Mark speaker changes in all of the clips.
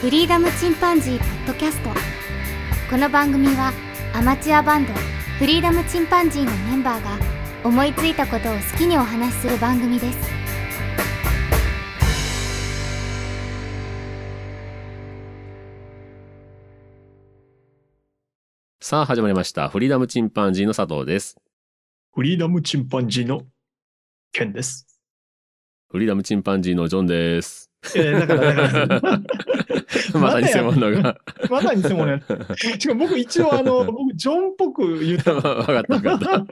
Speaker 1: フリーダムチンパンジーポッドキャストこの番組はアマチュアバンドフリーダムチンパンジーのメンバーが思いついたことを好きにお話しする番組です
Speaker 2: さあ始まりました。フリーダムチンパンジーの佐藤です。
Speaker 3: フリーダムチンパンジーの剣です。
Speaker 2: フリーダムチンパンジーのジョンです。
Speaker 3: えー、だから、だから、
Speaker 2: また偽物が。
Speaker 3: まだ偽物や。しかも僕一応、あの、僕、ジョンっぽく言った。
Speaker 2: わかったわかっ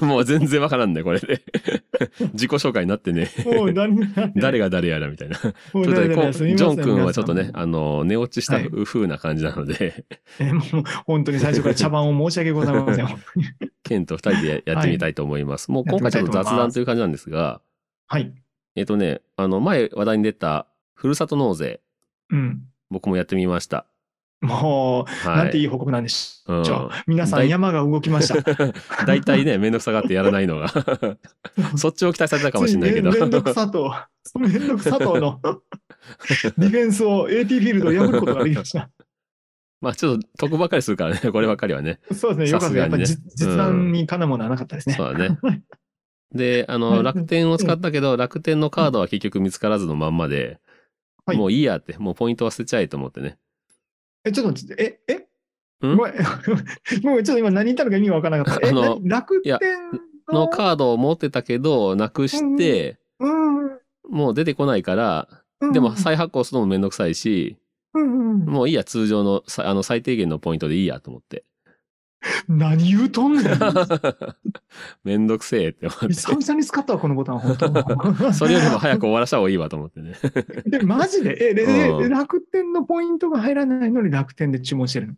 Speaker 2: た。もう全然わからんね、これで。 自己紹介になってね。
Speaker 3: もう何、
Speaker 2: 誰が誰やらみたいな。ちょっ
Speaker 3: もう
Speaker 2: とね
Speaker 3: 誰
Speaker 2: こう
Speaker 3: 々
Speaker 2: ジ
Speaker 3: すみません
Speaker 2: ョン君はちょっとね、
Speaker 3: 皆
Speaker 2: あの、寝落ちした
Speaker 3: はい
Speaker 2: 風な感じなので、
Speaker 3: さんえーもう本当に最初から茶番を申し訳ござい ません。本当に
Speaker 2: ケンと二人でややってみたいと思います。もう今回ちょっと雑談という感じなんですが、
Speaker 3: はい。
Speaker 2: えっとね、あの、前話題に出た、ふるさと納税、
Speaker 3: うん。
Speaker 2: 僕もやってみました。
Speaker 3: もう、
Speaker 2: はい。
Speaker 3: なんていい報告なんでしょう。
Speaker 2: うん
Speaker 3: 皆さ
Speaker 2: だ
Speaker 3: ん、
Speaker 2: い
Speaker 3: 山が動きました。
Speaker 2: 大体ね、めんどくさがってやらないのが。そっちを期待されたかもしれないけど。
Speaker 3: ついにめんどく佐藤、めんどく佐藤のディフェンスを AT フィールドを破ることができました。
Speaker 2: まあちょっと得ばっかりするから ね、こればっかりはね。
Speaker 3: そうですね、よかった。やっぱり
Speaker 2: さす
Speaker 3: 実
Speaker 2: がにね
Speaker 3: 実弾にかなものはなかったですね。
Speaker 2: そうだ ね。で、あの、楽天を使ったけど、楽天のカードは結局見つからずのまんまで、
Speaker 3: はい
Speaker 2: もういいやって、もうポイントは捨てちゃえと思ってね。
Speaker 3: え、ちょっと待って、え、え
Speaker 2: ん
Speaker 3: ごめん、 ごめんちょっと今何言ったのか意味わからなかった。え、
Speaker 2: あの
Speaker 3: な楽
Speaker 2: いや
Speaker 3: 天の
Speaker 2: のカードを持ってたけど、なくして、
Speaker 3: うん
Speaker 2: もう出てこないから、
Speaker 3: うん
Speaker 2: でも再発行するのもめんどくさいし、
Speaker 3: うんうん
Speaker 2: もういいや、通常の、さあの、最低限のポイントでいいやと思って。
Speaker 3: 何言う とんねん。久
Speaker 2: めんどくせえって思 って。
Speaker 3: 々に使ったわ、このボタン、本当
Speaker 2: それよりも早く終わらした方がいいわと思ってね。
Speaker 3: え、マジ でえでで
Speaker 2: うん
Speaker 3: 楽天のポイントが入らないのに楽天で注文してる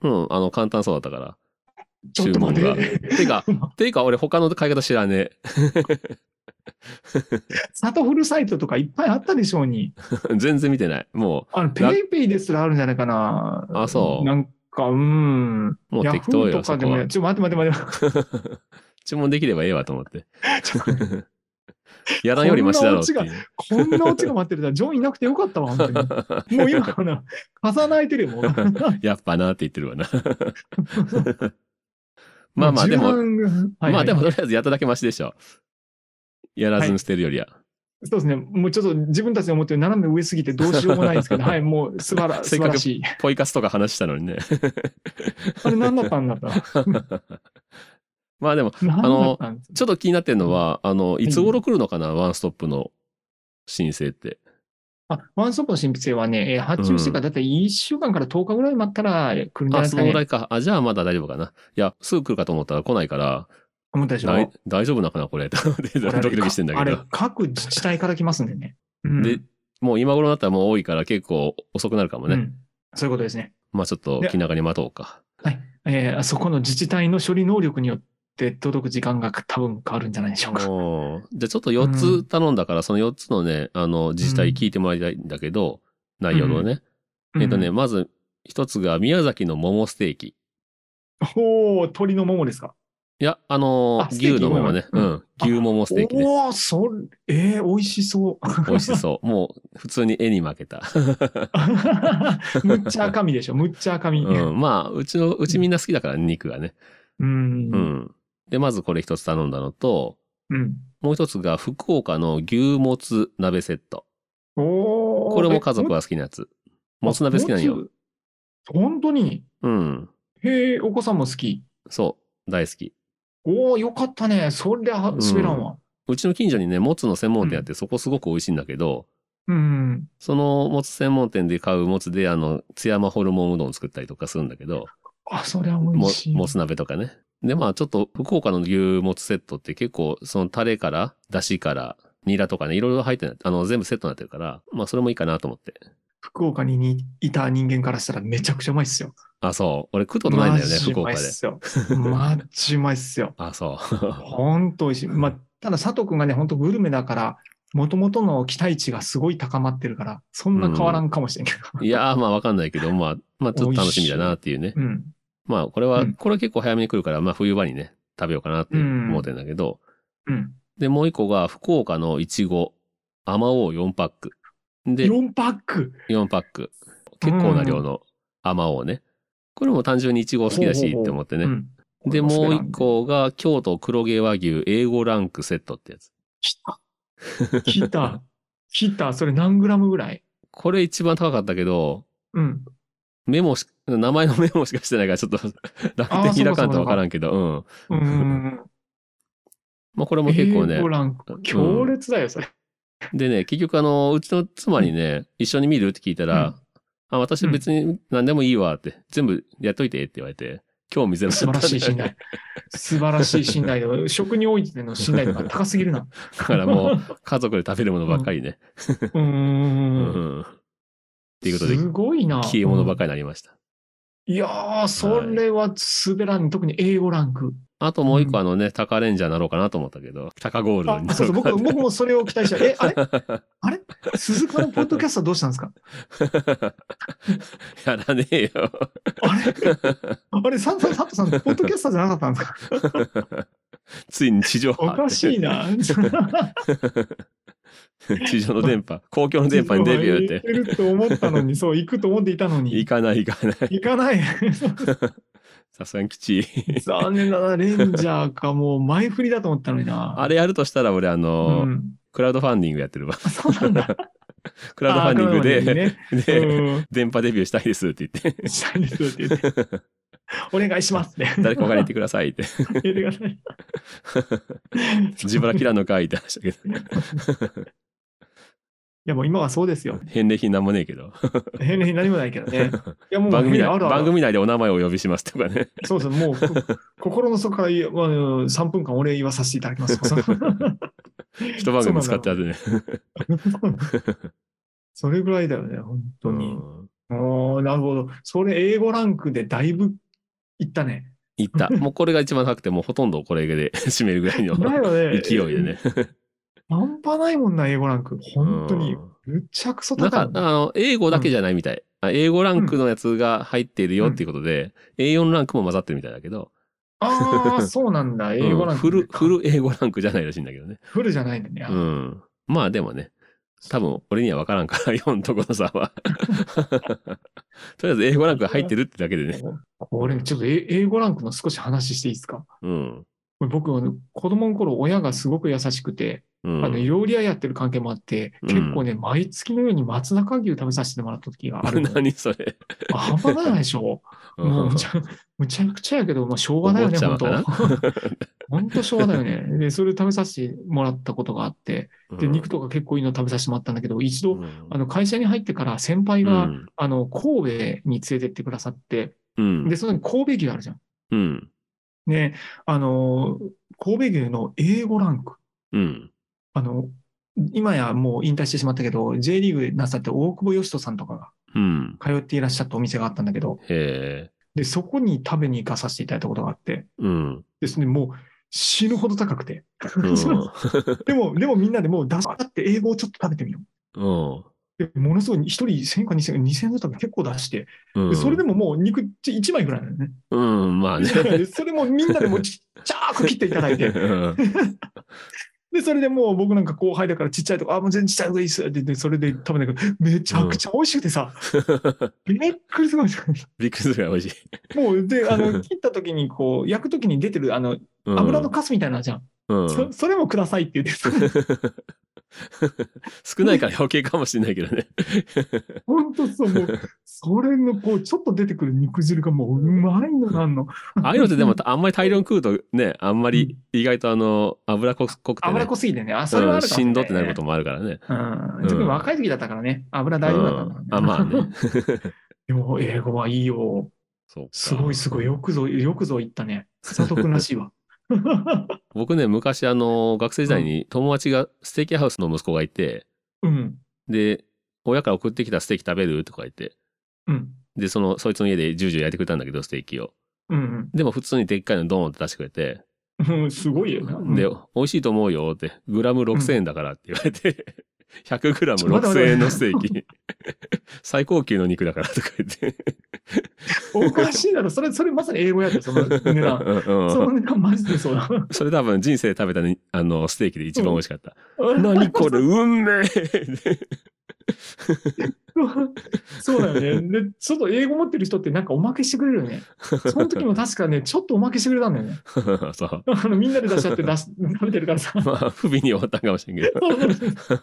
Speaker 3: の。
Speaker 2: うん、あの、簡単そうだったから。
Speaker 3: ちょっと待
Speaker 2: 注
Speaker 3: っ
Speaker 2: 文
Speaker 3: て。
Speaker 2: てか、てか俺他の買い方知らね
Speaker 3: サトフルサイトとかいっぱいあったでしょうに。
Speaker 2: え。 全然見てない。も
Speaker 3: あの、ペイペイですらあるんじゃないかな。
Speaker 2: あそう
Speaker 3: なんか、うん。
Speaker 2: う、もう
Speaker 3: ヤ
Speaker 2: 適
Speaker 3: フ
Speaker 2: 当
Speaker 3: ー
Speaker 2: よ、
Speaker 3: と
Speaker 2: そ
Speaker 3: かで
Speaker 2: こ
Speaker 3: も
Speaker 2: は
Speaker 3: や、。ちょっと待って待って待って。
Speaker 2: 注文できればええわと思 って。
Speaker 3: ちょっと待って
Speaker 2: やらんよりマシだろうっていう。
Speaker 3: こんなオチが待ってるから、ジョンいなくてよかっ たわ、本当に。もう今かな、重なえてるよ、もう。
Speaker 2: やっぱなって言ってるわな。 まあまあでも、
Speaker 3: 10万、はいはい
Speaker 2: まあでもとりあえずやっただけマシでしょ。やらずに捨てるよりは。
Speaker 3: そうですね、もうちょっと自分たちの思ってる斜め上すぎてどうしようもないんで すけど、はい、もう素晴ら
Speaker 2: せ
Speaker 3: 素
Speaker 2: っ
Speaker 3: 晴
Speaker 2: かく
Speaker 3: らしい。
Speaker 2: ポイ活とか話したのにね。
Speaker 3: あれ何だったんだった
Speaker 2: まあでも、
Speaker 3: 何だったんです
Speaker 2: ちょっと気になってるのは、あの、いつ頃来るのかな、ワンストップの申請って。
Speaker 3: あワンストップの神秘性はね、えー発注してからだって1週間から10日ぐらい待ったら来るんじゃ
Speaker 2: あ、
Speaker 3: ないで
Speaker 2: そ
Speaker 3: すか
Speaker 2: のぐら
Speaker 3: ね。
Speaker 2: いか。あ、じゃあまだ大丈夫かな。いや、すぐ来るかと思ったら来ないから、
Speaker 3: 思ったでしょ
Speaker 2: 大大丈夫なのかな、これ。 ドキドキしてんだ
Speaker 3: あ
Speaker 2: け
Speaker 3: れ
Speaker 2: ど。、
Speaker 3: 各自治体から来ますんでね。うん
Speaker 2: で、もう今頃だったらもう多いから結構遅くなるかも
Speaker 3: う
Speaker 2: ね。
Speaker 3: んそういうことですね。
Speaker 2: まあちょっと気長に待とうか。
Speaker 3: えーそこの自治体の処理能力によって届く時間が多分変わるんじゃないでしょうか。
Speaker 2: おーじゃあちょっと4つ頼んだから、その4つのね、あの、自治体聞いてもらいたいんだけど、内容のね。えっとね、
Speaker 3: うん、
Speaker 2: まず1つが宮崎の桃ステーキ。
Speaker 3: おー鳥の桃ですか。
Speaker 2: いや、あのー
Speaker 3: あステーキ
Speaker 2: 牛の桃ね。う
Speaker 3: うん
Speaker 2: ん。牛桃ステーキです。
Speaker 3: おお、それ、えー、美味し そう。
Speaker 2: 美味しそう。もう、普通に絵に負け た。
Speaker 3: むっちゃ赤身でしょ、むっちゃ赤身。
Speaker 2: うん。まあ、うちの、うちみんな好きだから、肉がね。
Speaker 3: うん。
Speaker 2: う。ん。で、まずこれ一つ頼んだのと、
Speaker 3: うん。
Speaker 2: もう一つが福岡の牛もつ鍋セット。
Speaker 3: おお。
Speaker 2: これも家族
Speaker 3: え
Speaker 2: が好きなやつ。もつ鍋好きなん。
Speaker 3: も
Speaker 2: よ。
Speaker 3: つ本当に
Speaker 2: うん。
Speaker 3: へえ、お子さんも好き。
Speaker 2: そう。大好き。
Speaker 3: おお、よかったね。そりゃ、滑らんわ。
Speaker 2: うちの近所にね、もつの専門店あって、そこすごく美味しいんだけど、
Speaker 3: うん。
Speaker 2: そのもつ専門店で買うもつで、あの、津山ホルモンうどん作ったりとかするんだけど、
Speaker 3: あ、そりゃ美
Speaker 2: も
Speaker 3: 味しい。
Speaker 2: もつ鍋とかね。で、まあちょっと福岡の牛もつセットって結構、そのタレから、だしから、ニラとかね、いろいろ入ってない、あの、全部セットになってるから、まあそれもいいかなと思って。
Speaker 3: 福岡ににいた人間からしたらめちゃくちゃうまいっすよ。
Speaker 2: あ、そう。俺食ったことないんだよね、
Speaker 3: マジ
Speaker 2: 福
Speaker 3: うま
Speaker 2: 岡
Speaker 3: いっ
Speaker 2: で。
Speaker 3: す よ。マジうまいっすよ。
Speaker 2: あ、そう。
Speaker 3: ほんと美味しい。まあ、ただ佐藤くんがね、ほんとグルメだから、もともとの期待値がすごい高まってるから、そんな変わらんかもしれんけ ど。
Speaker 2: いやー、まあわかんないけど、まあ、まあちょっと楽しみだなっていうね。
Speaker 3: うん。
Speaker 2: まあこれは、
Speaker 3: うん
Speaker 2: これは結構早めに来るから、まあ冬場にね、食べようかなって思ってんだけど、
Speaker 3: うん。
Speaker 2: で、もう一個が福岡のいちご、あまおう4パック。で、
Speaker 3: 4パック。
Speaker 2: 4パック。結構な量のあまおうね。これも単純にイチゴ好きだし
Speaker 3: ほうほうほう
Speaker 2: って思って
Speaker 3: う
Speaker 2: ね。
Speaker 3: ん。
Speaker 2: で、
Speaker 3: これ
Speaker 2: もう
Speaker 3: 好きなん
Speaker 2: 一
Speaker 3: で。
Speaker 2: 個が京都黒毛和牛 A5 ランクセットってやつ。
Speaker 3: 来た。来た。来た。それ何グラムぐらい
Speaker 2: これ一番高かったけど、
Speaker 3: うん。
Speaker 2: メモし、名前のメモしかしてないからちょっと 楽天開かんとわからんけど、うん。
Speaker 3: うん うん
Speaker 2: まあこれ
Speaker 3: うん。
Speaker 2: も結構ね
Speaker 3: A5。ランク。強烈だよ、それ。
Speaker 2: でね、結局あの、うちの妻にね、一緒に見るって聞いたら、
Speaker 3: うん
Speaker 2: あ、私別に何でもいいわって、全部やっといてって言われて、興味全部
Speaker 3: 素晴らしい信 頼。素晴らしい信頼度。食においての信頼度が高すぎる な。
Speaker 2: だからもう、家族で食べるものばっかりね。
Speaker 3: うー。
Speaker 2: うんん。っていうことで、
Speaker 3: すごいな。
Speaker 2: 消え物ば
Speaker 3: り。
Speaker 2: かりになりました。
Speaker 3: いやー、それは滑らん、特に英語ランク。
Speaker 2: あともう一個あのね、タカレンジャーになろうかなと思ったけど、タカゴールド
Speaker 3: あ
Speaker 2: に、な
Speaker 3: そう
Speaker 2: ろ
Speaker 3: そう、
Speaker 2: うか
Speaker 3: 僕僕もそれを期待した。え、あ れ
Speaker 2: な。
Speaker 3: あれ鈴鹿のポッドキャストはどうしたんですか
Speaker 2: やらねえよ。
Speaker 3: あれあれ、サンタサンタさん、ポッドキャスターじゃなかったん ですか
Speaker 2: ついに地上
Speaker 3: お
Speaker 2: 波。
Speaker 3: かしいな。
Speaker 2: 地上の電 波、公共の電波にデビューっ
Speaker 3: 行
Speaker 2: て
Speaker 3: け。ると思ったのに、そう、行くと思っていたの
Speaker 2: 行
Speaker 3: に。
Speaker 2: かない行 かない。
Speaker 3: 行かない。
Speaker 2: さすがにきちい。
Speaker 3: 残念だな、レンジャーか、もう前振りだと思ったのにな。
Speaker 2: あれやるとしたら俺あの、
Speaker 3: うん、
Speaker 2: クラウドファンディングやってるわ。
Speaker 3: そうなんだ。
Speaker 2: クラウドファンディング
Speaker 3: あーク
Speaker 2: で、
Speaker 3: ラ ウドファンディングね
Speaker 2: で、
Speaker 3: うん
Speaker 2: 電波デビューしたいですって言 って、
Speaker 3: したいですって言って。 お願いしますって。
Speaker 2: 誰かが言ってくださいって。
Speaker 3: 言ってくだ さい。
Speaker 2: 自腹切らんのかいって話だけど。
Speaker 3: いや、もう今はそうですよ。
Speaker 2: 返礼品なんもねえけど。
Speaker 3: 変に何もないけどね。いや、もう
Speaker 2: 番組内、
Speaker 3: あるある
Speaker 2: 番組内でお名前をお呼びしますとかね。
Speaker 3: そうそ う、もうこ心の底から言う、まあ、3分間お礼言わさせていただき ます。そう
Speaker 2: 一番組使ってあるね。
Speaker 3: それぐらいだよね、本当に。
Speaker 2: うん
Speaker 3: おーなるほど。それ、英語ランクでだいぶいったね。
Speaker 2: いった。もうこれが一番高くて、もうほとんどこれで 締めるぐらいの
Speaker 3: だよ ね。
Speaker 2: 勢いでね。
Speaker 3: 半端ないもんな、英語ランク。本当に
Speaker 2: う。ん
Speaker 3: むちゃくそ
Speaker 2: なん
Speaker 3: 高い
Speaker 2: か、あ
Speaker 3: もん。
Speaker 2: の、英語だけじゃないみたい。あ英語ランクのやつが入っているよっていうことで、A4 ランクも混ざってるみたいだけど、
Speaker 3: ああ、そうなんだ。英語ランク。
Speaker 2: うんフル、フ。ル英語ランクじゃないらしいんだけどね。
Speaker 3: フルじゃないんだね。あ
Speaker 2: うん。まあでもね、多分俺には分からんから、4のとこの差は。 とりあえず英語ランクが入ってるってだけでね。
Speaker 3: これ、ちょっとえ英語ランクの少し話していいですか
Speaker 2: うん。
Speaker 3: これ僕、あの子供の頃、親がすごく優しくて、
Speaker 2: うん。
Speaker 3: あの、料理屋やってる関係もあって、
Speaker 2: うん
Speaker 3: 結構ね、毎月のように松中牛食べさせてもらった時が あるの。
Speaker 2: 何それ。
Speaker 3: あ半端ないでしょ。もうむちゃ、むちゃくちゃやけど、まあ、昭和だよね、
Speaker 2: お坊
Speaker 3: 本
Speaker 2: ちゃま
Speaker 3: 当
Speaker 2: か
Speaker 3: 本当昭和だよね。で、それ食べさせてもらったことがあって、で、肉とか結構いいの食べさせてもらったんだけど、一度、あ
Speaker 2: の、
Speaker 3: の、会社に入ってから先輩
Speaker 2: う
Speaker 3: が、
Speaker 2: ん
Speaker 3: あの、神戸に連れてってくださって、
Speaker 2: うん。
Speaker 3: で、その時神戸牛あるじゃん。
Speaker 2: うん。
Speaker 3: ね、あの、神戸牛の A5 ランク。
Speaker 2: うん。
Speaker 3: あの、今やもう引退してしまったけど、J リーグでなさって大久保嘉人さんとかが
Speaker 2: うん。
Speaker 3: 通っていらっしゃったお店があったんだけど、
Speaker 2: へえ。
Speaker 3: で、そこに食べに行かさせていただいたことがあって、
Speaker 2: うん。
Speaker 3: ですね、もう死ぬほど高くて。
Speaker 2: うん。
Speaker 3: でも、でもみんなでもう出す、だって英語をちょっと食べてみよ
Speaker 2: うん
Speaker 3: う。でものすごい、一人1000か2000、2000だったら結構出して、
Speaker 2: う
Speaker 3: で
Speaker 2: ん。
Speaker 3: それでももう肉1枚ぐらいだよ ね。
Speaker 2: うん、 まあね。
Speaker 3: でそれもみんなでもうちっちゃーく切っていただい て、
Speaker 2: うん
Speaker 3: で、それでもう僕なんか後輩だからちっちゃいとか、あ、もう全然ちっちゃい方がいいっすって言って、それで食べたけど、めちゃくちゃ美味しくてさ、びっくりすごい。
Speaker 2: びっくりするぐらい美味しい。
Speaker 3: もう、で、あ の、切った時に、こう、焼く時に出てる、あの、
Speaker 2: うん
Speaker 3: 油のカスみたいなのあるじゃん。
Speaker 2: うん
Speaker 3: そそれもくださいって言ってさ、
Speaker 2: 少ないから余計かもしれないけ どね。
Speaker 3: ほんとそう、もう、それの、こう、ちょっと出てくる肉汁がもう、うまいのなんの。
Speaker 2: ああいうのってでもあんまり大量に食うとね、あんまり意外とあの、油濃く濃くてね。
Speaker 3: 油濃すぎてね、あ、それは
Speaker 2: う
Speaker 3: あ
Speaker 2: ん
Speaker 3: るかも
Speaker 2: しんどってなること
Speaker 3: と。
Speaker 2: もあるからね。
Speaker 3: う
Speaker 2: う。
Speaker 3: ん
Speaker 2: ん
Speaker 3: 特に若い時だったからね、油大丈夫だったんだろうね。
Speaker 2: うんあ、まあね。。
Speaker 3: でも、英語はいいよ。
Speaker 2: そうか
Speaker 3: すごいすごい。よくぞ、よくぞ言ったね。佐藤くんらしいわ。
Speaker 2: 僕ね、昔あの、学生時代に友達がステーキハウスの息子がいて、
Speaker 3: うん。
Speaker 2: で、親から送ってきたステーキ食べるとか言って、
Speaker 3: うん。
Speaker 2: で、その、そいつの家でジュージュー焼いてくれたんだけど、ステーキを。
Speaker 3: うん。
Speaker 2: でも普通にでっかいのドーンって出してくれて、
Speaker 3: うん。すごいよな。うん
Speaker 2: で、美味しいと思うよって、グラム6000円だからって言われて、100グラム
Speaker 3: ちょ待って
Speaker 2: 6000円のステーキ。 最高級の肉だからとか言って。
Speaker 3: おかしいだろ。それ、それまさに英語やって、その値段。
Speaker 2: うん
Speaker 3: その値段マジでそうだ。
Speaker 2: それ多分人生で食べたねあの、ステーキで一番美味しかった。
Speaker 3: うん
Speaker 2: 何これ、運命
Speaker 3: そうだよね。で、ちょっと英語持ってる人ってなんかおまけしてくれるよね。その時も確かね、ちょっとおまけしてくれたんだよね。
Speaker 2: そう。
Speaker 3: あのみんなで出し合って出し食べてるからさ。
Speaker 2: まあ、不備に終わったんかもしれんけど。
Speaker 3: そうそうそう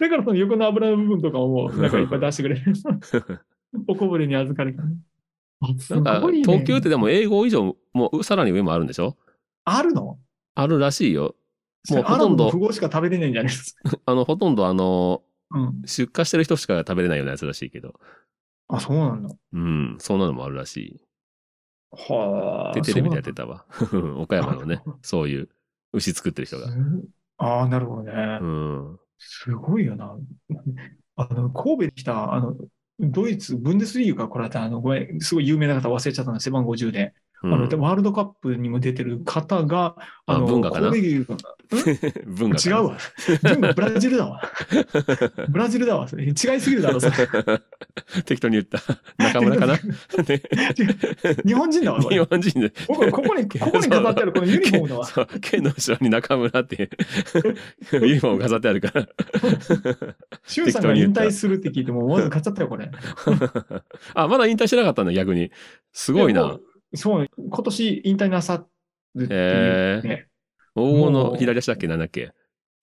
Speaker 3: だからその横の油の部分とかをもうなんかいっぱい出してくれる。おこぼれに預かるからね。あす
Speaker 2: なんか
Speaker 3: ごい、ね、
Speaker 2: 東急ってでも英語以上もうさらに上もあるんでしょ
Speaker 3: あるの
Speaker 2: あるらしいよ。もうほ
Speaker 3: アラ
Speaker 2: と
Speaker 3: ブ
Speaker 2: ん
Speaker 3: の
Speaker 2: ど
Speaker 3: 富、豪しか食べれないんじゃないですか。
Speaker 2: あの、ほとんどあの、
Speaker 3: うん。
Speaker 2: 出荷してる人しか食べれないようなやつらしいけど。
Speaker 3: あ、そうなんだ。
Speaker 2: うん、そんなのもあるらし。
Speaker 3: はいあ。
Speaker 2: で、テレビでやっ
Speaker 3: そう
Speaker 2: てたわ。 岡山のね
Speaker 3: あ、
Speaker 2: そういう牛作ってる人
Speaker 3: な
Speaker 2: が。
Speaker 3: んだ。ああ、なるほどね。
Speaker 2: うん。
Speaker 3: すごいよな。あの、神戸に来た、あの、ドイツ、ブンデスリーグがこれだあの、ごめん、すごい有名な方忘れちゃったな、背番号10で。
Speaker 2: う
Speaker 3: あ
Speaker 2: ん
Speaker 3: の、ワールドカップにも出てる方が、
Speaker 2: あ
Speaker 3: の、
Speaker 2: 文化かな
Speaker 3: 神戸牛が
Speaker 2: 文化
Speaker 3: 違うわ。全部ブラジ ルだわ。ブラジルだわ。それ違いすぎるだろ、それ。
Speaker 2: わ。 適当に言った。中村 かなね
Speaker 3: 日本人だわ、こ
Speaker 2: 日
Speaker 3: れ。
Speaker 2: 本人で。
Speaker 3: 僕、ここに、ここに飾ってあるこのユニフォー ムだわ。
Speaker 2: そう、剣の後ろに中村っていうユニフォーム飾ってあるから。
Speaker 3: シュンさんが引退するって聞いても、思わず買っちゃったよ、これ。
Speaker 2: あ、まだ引退してなかったんだ、逆に。すごい
Speaker 3: で
Speaker 2: な
Speaker 3: も。。そう、今年引退なさるっていうね。
Speaker 2: 黄金
Speaker 3: も
Speaker 2: の
Speaker 3: う
Speaker 2: 左足だっけなんだっけ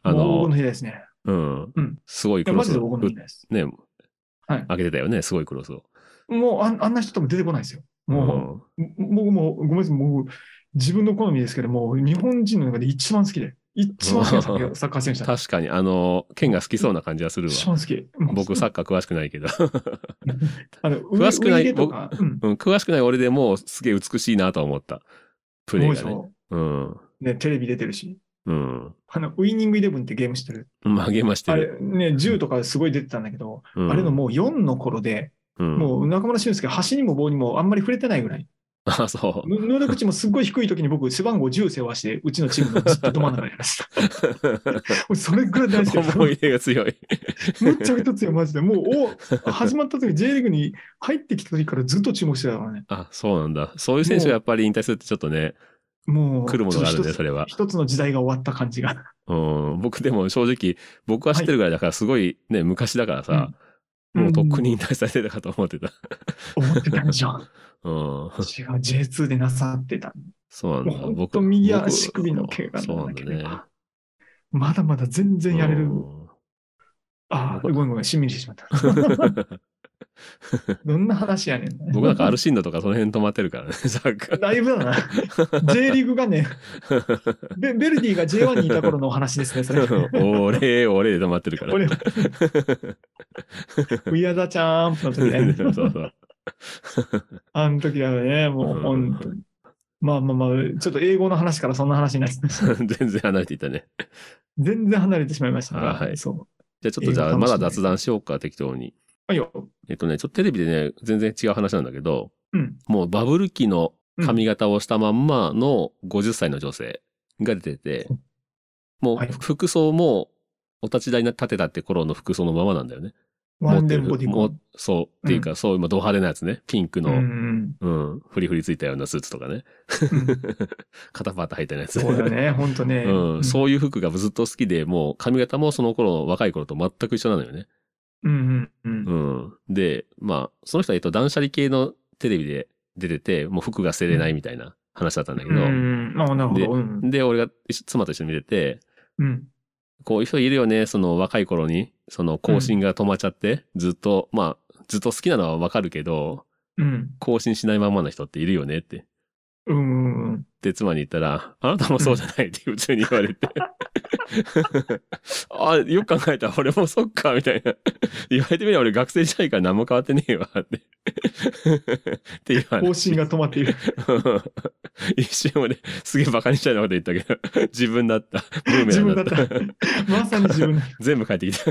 Speaker 2: あ
Speaker 3: あの、黄金
Speaker 2: の
Speaker 3: の、日ですね。
Speaker 2: うん
Speaker 3: うん。
Speaker 2: すごい
Speaker 3: い
Speaker 2: ク
Speaker 3: や、
Speaker 2: ロ
Speaker 3: マ
Speaker 2: ス
Speaker 3: ジで黄金の日
Speaker 2: ね、
Speaker 3: です。はい
Speaker 2: 開けてたよね、すごいクロスを。
Speaker 3: もうあん、あんな人とも出てこないですよ。もう、僕もう、ごめんなさい、もう、自分の好みですけども、日本人の中で一番好きで、一番好きなサッカーサッカー選手
Speaker 2: うん
Speaker 3: だ。
Speaker 2: 確かに、あの、剣が好きそうな感じはする
Speaker 3: 一
Speaker 2: わ。
Speaker 3: 番好き。
Speaker 2: 僕、サッカー詳しくないけど。
Speaker 3: あの、
Speaker 2: 詳しくない
Speaker 3: 上上でとか、うん。
Speaker 2: うん、詳しくない俺でもうすげえ美しいなとは思った。プレ
Speaker 3: も
Speaker 2: ー
Speaker 3: うでし
Speaker 2: がね。
Speaker 3: ょ
Speaker 2: うん。
Speaker 3: ね、テレビ出てるし。
Speaker 2: うん。
Speaker 3: あの、ウイニングイレブンってゲームしてる。
Speaker 2: 曲げまして
Speaker 3: あ
Speaker 2: る。
Speaker 3: れ、ね、10とかすごい出てたんだけど、
Speaker 2: うん
Speaker 3: あれのもう4の頃で、
Speaker 2: うん
Speaker 3: もう中村俊輔、端にも棒にもあんまり触れてないぐらい。
Speaker 2: あ、そう。
Speaker 3: ぬ能力値もすっごい低い時に僕、背番号10世話して、うちのチームのずっとど真ん中でや らせた。もうそれぐらい大好きだった
Speaker 2: 思い出が強い。
Speaker 3: むっちゃくちゃ強い、マジで。もう、お、始まった時、J リーグに入ってきた時からずっと注目してたからね。
Speaker 2: あ、そうなんだ。そういう選手がやっぱり引退するってちょっとね、
Speaker 3: もう、
Speaker 2: 来るものがある
Speaker 3: ちょ
Speaker 2: ね、
Speaker 3: っと
Speaker 2: それは。
Speaker 3: 一つ一つの時代が終わった感じが。
Speaker 2: うん。僕でも正直、僕は知ってるぐらいだから、すごいね、昔だからさ、もうとっくに 引退されてたかと思ってた。
Speaker 3: 思ってたんでしょ。
Speaker 2: うん。
Speaker 3: 違う、J2 でなさってた。
Speaker 2: そうなんだ。
Speaker 3: もう本
Speaker 2: 僕
Speaker 3: 当右
Speaker 2: 僕
Speaker 3: 足首の怪我
Speaker 2: そうな
Speaker 3: なん
Speaker 2: ん
Speaker 3: だ
Speaker 2: だ
Speaker 3: け
Speaker 2: ね
Speaker 3: ど。。まだまだ全然やれる
Speaker 2: う。ん
Speaker 3: ああ、ご
Speaker 2: 僕
Speaker 3: めんごめん、しんみりしてしまった。 どんな話やねん。
Speaker 2: 僕なんかアルシンドとかその辺止まってるからね、サッカ
Speaker 3: だいぶだな。J リーグがね、
Speaker 2: ー。
Speaker 3: ベベルディが J1 にいた頃のお話ですね、それ。
Speaker 2: 俺、俺で止まってるから。
Speaker 3: 俺、ウィアダちゃんの時ね。
Speaker 2: そうそう。
Speaker 3: あの時だよね、もう本当に。まあまあまあ、ちょっと英語の話からそんな話になってました。
Speaker 2: 全然離れていたね。
Speaker 3: 全然離れてしまいましたが、
Speaker 2: はい
Speaker 3: そう。
Speaker 2: じゃあちょっとじゃあ、
Speaker 3: 英語かも
Speaker 2: ま
Speaker 3: しれな
Speaker 2: だ
Speaker 3: い
Speaker 2: 雑談しようか、適当に。
Speaker 3: はいよ。
Speaker 2: えっとね、ちょっとテレビでね、全然違う話なんだけど、
Speaker 3: うん
Speaker 2: もうバブル期の髪型をしたまんまの50歳の女性が出てて、もう
Speaker 3: はい
Speaker 2: 服装もお立ち台に立てたって頃の服装のままなんだよね。
Speaker 3: ワンデンボディ
Speaker 2: 持
Speaker 3: コ
Speaker 2: ってるもうそう、っていうか、そう、今ド派手なやつね。ピンク
Speaker 3: うんう
Speaker 2: の、
Speaker 3: ん
Speaker 2: うん、フリフリついたようなスーツとかね。
Speaker 3: うん。
Speaker 2: 肩パータ履いたようなやつ。
Speaker 3: そうだね、本当ね。
Speaker 2: うん、そういう服がずっと好きで、もう髪型もその頃、若い頃と全く一緒なのよね。
Speaker 3: うんうんう。
Speaker 2: うんん。で、まあ、その人は、えっと、断捨離系のテレビで出てて、もう服が捨てれないみたいな話だったんだけ
Speaker 3: う
Speaker 2: ど、
Speaker 3: ん。ああ、なるほど。うん。
Speaker 2: で、俺が一緒妻と一緒に見てて、
Speaker 3: うん。
Speaker 2: こういう人いるよね、その若い頃に、その更新が止まっちゃって、ずっと、まあ、ずっと好きなのはわかるけど、
Speaker 3: うん。
Speaker 2: 更新しないままの人っているよねって。
Speaker 3: うんうんうん。
Speaker 2: で、妻に言ったら、あなたもそうじゃないって普通に言われ て。あ、よく考えたら俺もそっか、みたいな。言われてみれば俺学生時代から何も変わってねえわ、って。っていう
Speaker 3: 方
Speaker 2: 話
Speaker 3: 針が止まって いる。
Speaker 2: 一瞬俺、すげえバカにしたようなこと言ったけど、自分だった。ブーメ
Speaker 3: 自
Speaker 2: ラン
Speaker 3: 分
Speaker 2: だ
Speaker 3: だ
Speaker 2: っ。
Speaker 3: ったた。まさに自分だ。
Speaker 2: 全部帰ってきた。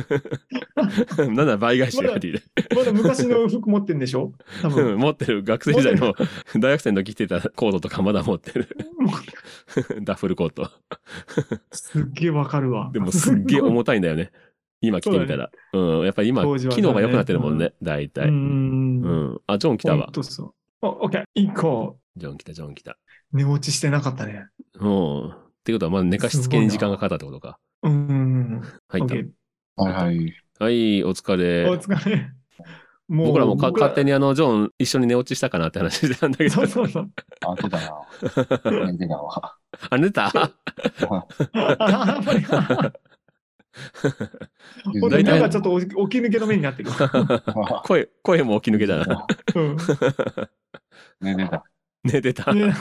Speaker 2: なんなら倍返して帰ってきた。
Speaker 3: まだ昔の服持ってんでしょ多分。
Speaker 2: うん持ってる学生時代の大学生の時着てたコートとかまだ持ってる。ダッフルコート。
Speaker 3: すっげえわかるわ。
Speaker 2: でもすっげえ
Speaker 3: い。
Speaker 2: 重たいんだよ ね。今着てみたら。うん。やっぱり今、
Speaker 3: 当時はね
Speaker 2: 機能が良くなってるもんね。大
Speaker 3: う
Speaker 2: 体。うん。
Speaker 3: ん。
Speaker 2: あ、ジョン来た
Speaker 3: ほ
Speaker 2: わ
Speaker 3: ん。とそう。お、オッケー。行こ
Speaker 2: ジョン来た、ジョン来た。
Speaker 3: う。寝落ちしてなかったね。
Speaker 2: うん。ってことは、まあ寝かしつけに時間がかかったってことか。
Speaker 3: うん。
Speaker 2: 入
Speaker 3: オ
Speaker 2: っ
Speaker 3: ッケ
Speaker 2: た。
Speaker 3: ー。
Speaker 4: はいはい。
Speaker 2: はい、お疲
Speaker 3: お
Speaker 2: れ。
Speaker 3: 疲れ。も
Speaker 2: 僕らもか
Speaker 3: 僕ら
Speaker 2: 勝手にあの、ジョン一緒に寝落ちしたかなって話してたんだけど
Speaker 3: そう。そうそう。
Speaker 4: あ、出たな。出てたわ。
Speaker 2: あ、寝た
Speaker 3: あやっ ぱり。ほんと
Speaker 2: 大体
Speaker 3: なんかちょっとお起き抜けの目になってる。
Speaker 2: 声、声も起き抜け たな。
Speaker 3: う
Speaker 4: 寝
Speaker 3: ん
Speaker 4: てた。
Speaker 2: 寝てた。
Speaker 3: ね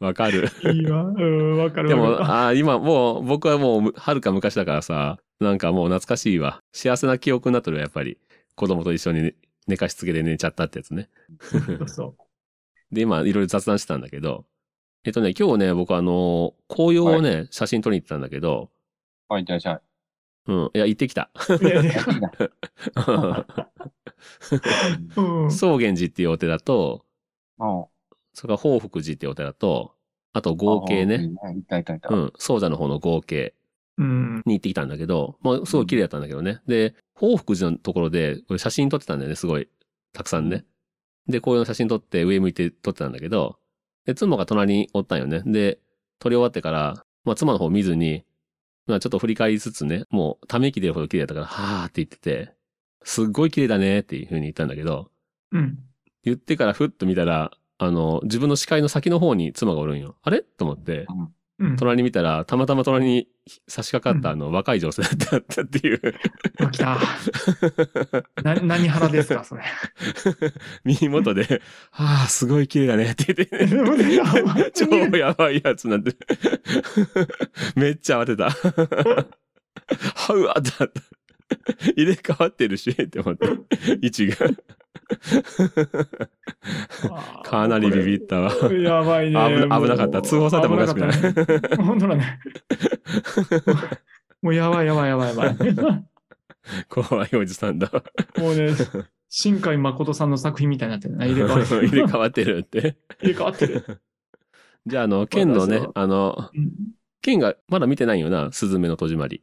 Speaker 2: わかる。
Speaker 3: いいわ。うん、わかる
Speaker 2: で
Speaker 3: わ
Speaker 2: も、
Speaker 3: か
Speaker 2: あー今もう、僕はもう、はるか昔だからさ、なんかもう懐かしいわ。幸せな記憶になってるわやっぱり。子供と一緒に寝かしつけで寝ちゃったってやつね。
Speaker 3: る。そうそう
Speaker 2: で、今、いろいろ雑談してたんだけど、えっとね、今日ね、僕あの、紅葉をね、写真撮りに行ってたんだけど、
Speaker 4: はい、じゃあ、じゃあ。
Speaker 2: うん、いや、行ってきた。
Speaker 3: いやいや
Speaker 4: やってきた
Speaker 3: うん
Speaker 2: 草原寺っていうお寺と、
Speaker 4: うん。
Speaker 2: それから宝福寺っていうお寺と、あと合計ね、。
Speaker 4: いたいたいた。
Speaker 2: う
Speaker 4: うん
Speaker 2: ん、宗者の方の合計
Speaker 3: うん。
Speaker 2: に行ってきたんだけど、まあ、すごい綺麗だったんだけどね。で、宝福寺のところで、これ写真撮ってたんだよね、すごい。たくさんね。で、紅葉の写真撮って、上向いて撮ってたんだけど、で、妻が隣におったんよね。で、撮り終わってから、まあ、妻の方見ずに、まあ、ちょっと振り返りつつね、もう、ため息出るほど綺麗だったから、はーって言ってて、すっごい綺麗だねっていう風に言ったんだけど、
Speaker 3: うん。
Speaker 2: 言ってからふっと見たら、あの、自分の視界の先の方に妻がおるんよ。あれと思って、
Speaker 3: うん。
Speaker 2: 隣見たら、たまたま隣に差し掛かったあの、若い女性だったっていう、
Speaker 3: あ来た。な何腹ですか、そ れ。
Speaker 2: 耳元 で、ああ、すごい綺麗だねって言って、ね、 超やばいやつなんて、 めっちゃ慌てた。 はうわってなった。入れ替わってるし、って思って、位 置が。かなりビビったわ。
Speaker 3: これやばいね。
Speaker 2: 危な危なかった
Speaker 3: もう
Speaker 2: 通報されてもおかしくない
Speaker 3: 危かったね本当 だね。もうやばいやばいやばいやば い。
Speaker 2: 怖いおじさんだわ。
Speaker 3: もうね、新海誠さんの作品みたいになってる な。入れ替わってる。
Speaker 2: 入れ替わってるって。
Speaker 3: 入れ替わってる。
Speaker 2: じゃあ、あの、剣の
Speaker 3: 私
Speaker 2: ね
Speaker 3: は、
Speaker 2: あの、
Speaker 3: うん
Speaker 2: 剣がまだ見てないよな、スズメの戸締まり。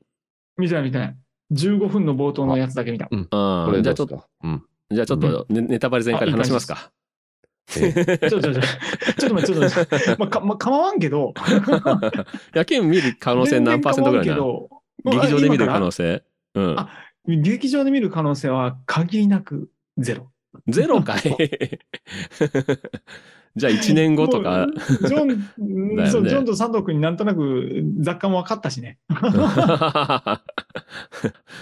Speaker 3: 見てない見てない。15分の冒頭のやつだけ 見た。
Speaker 2: あ
Speaker 5: こ
Speaker 2: あ、
Speaker 5: れ
Speaker 2: じ
Speaker 5: ど
Speaker 2: ゃ
Speaker 5: う
Speaker 2: あちょ
Speaker 5: で
Speaker 2: っと、
Speaker 5: すかうん。
Speaker 2: じゃあちょっとネ、ネタバレ全開で話しますか。
Speaker 3: ちょっとちょっとちょっと待って、ちょっと待って。まあ、かまあ、構わんけど。
Speaker 2: いや、剣見る可能性何パーセント ぐらいな
Speaker 3: 全然構わんけど
Speaker 2: 劇場で見る
Speaker 3: あ
Speaker 2: 可
Speaker 3: 今
Speaker 2: 能性。うん。
Speaker 3: あから劇場で見る可能性は限りなくゼロ。
Speaker 2: ゼロかい じゃあ1年後とか
Speaker 3: も。う ジョン、
Speaker 2: だよね
Speaker 3: そうジョンと佐藤君になんとなく雑貨も分かったしね。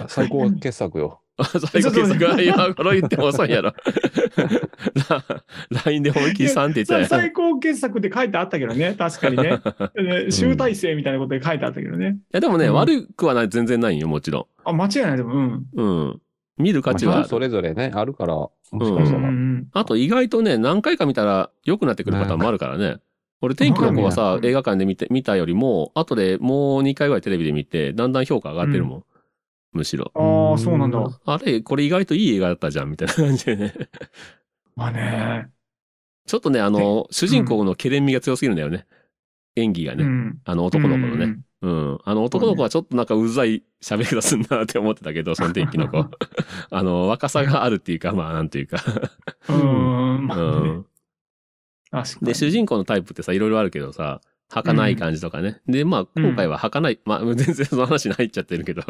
Speaker 5: 最高傑作よ。
Speaker 2: 最後傑作いや、これ言っても遅いやろ。LINE で思いっきり3って言っ
Speaker 3: さ
Speaker 2: たよ。い
Speaker 3: 最高傑作って書いてあったけどね、確か にね。で集大成みたいなことで書いてあったけどね。
Speaker 2: や、でもね、
Speaker 3: うん
Speaker 2: 悪くはない、全然ないよ、もちろ
Speaker 3: あ、間違いない、でも、うん。
Speaker 2: ん。うん。見る価値
Speaker 5: まあ
Speaker 2: は
Speaker 5: 人それぞれね、あるから、もし
Speaker 3: う
Speaker 5: か
Speaker 3: ん
Speaker 5: した
Speaker 3: う
Speaker 5: ら。
Speaker 3: ん
Speaker 2: あと意外とね、何回か見たら良くなってくるパターンもあるからね。俺、天気の子はさ
Speaker 3: う、ん
Speaker 2: 映画館で見て見たよりも、後でもう2回ぐらいテレビで見て、だんだん評価上がってるもん。むしろ。
Speaker 3: うんああ、そうなんだ。
Speaker 2: あれ、これ意外といい映画だったじゃん、みたいな感じで ね。
Speaker 3: まあね。
Speaker 2: ちょっとね、あの、主人公のケレン味が強すぎるんだよね。演技が
Speaker 3: う
Speaker 2: ね。
Speaker 3: ん。
Speaker 2: あの男の子の
Speaker 3: う
Speaker 2: ね。
Speaker 3: ん。
Speaker 2: うん。あの男の子はちょっとなんかうざい喋り方すんなって思ってたけど、その天気の 子。あの、若さがあるっていうか、まあ、なんていうか。
Speaker 3: うん。
Speaker 2: う
Speaker 3: まあね
Speaker 2: ん。
Speaker 3: 確か
Speaker 2: で、
Speaker 3: に。
Speaker 2: 主人公のタイプってさ、いろいろあるけどさ、儚い感じとかね。で、まあ、
Speaker 3: うん
Speaker 2: 今回は儚い。まあ、 全然その話に入っちゃってる けど。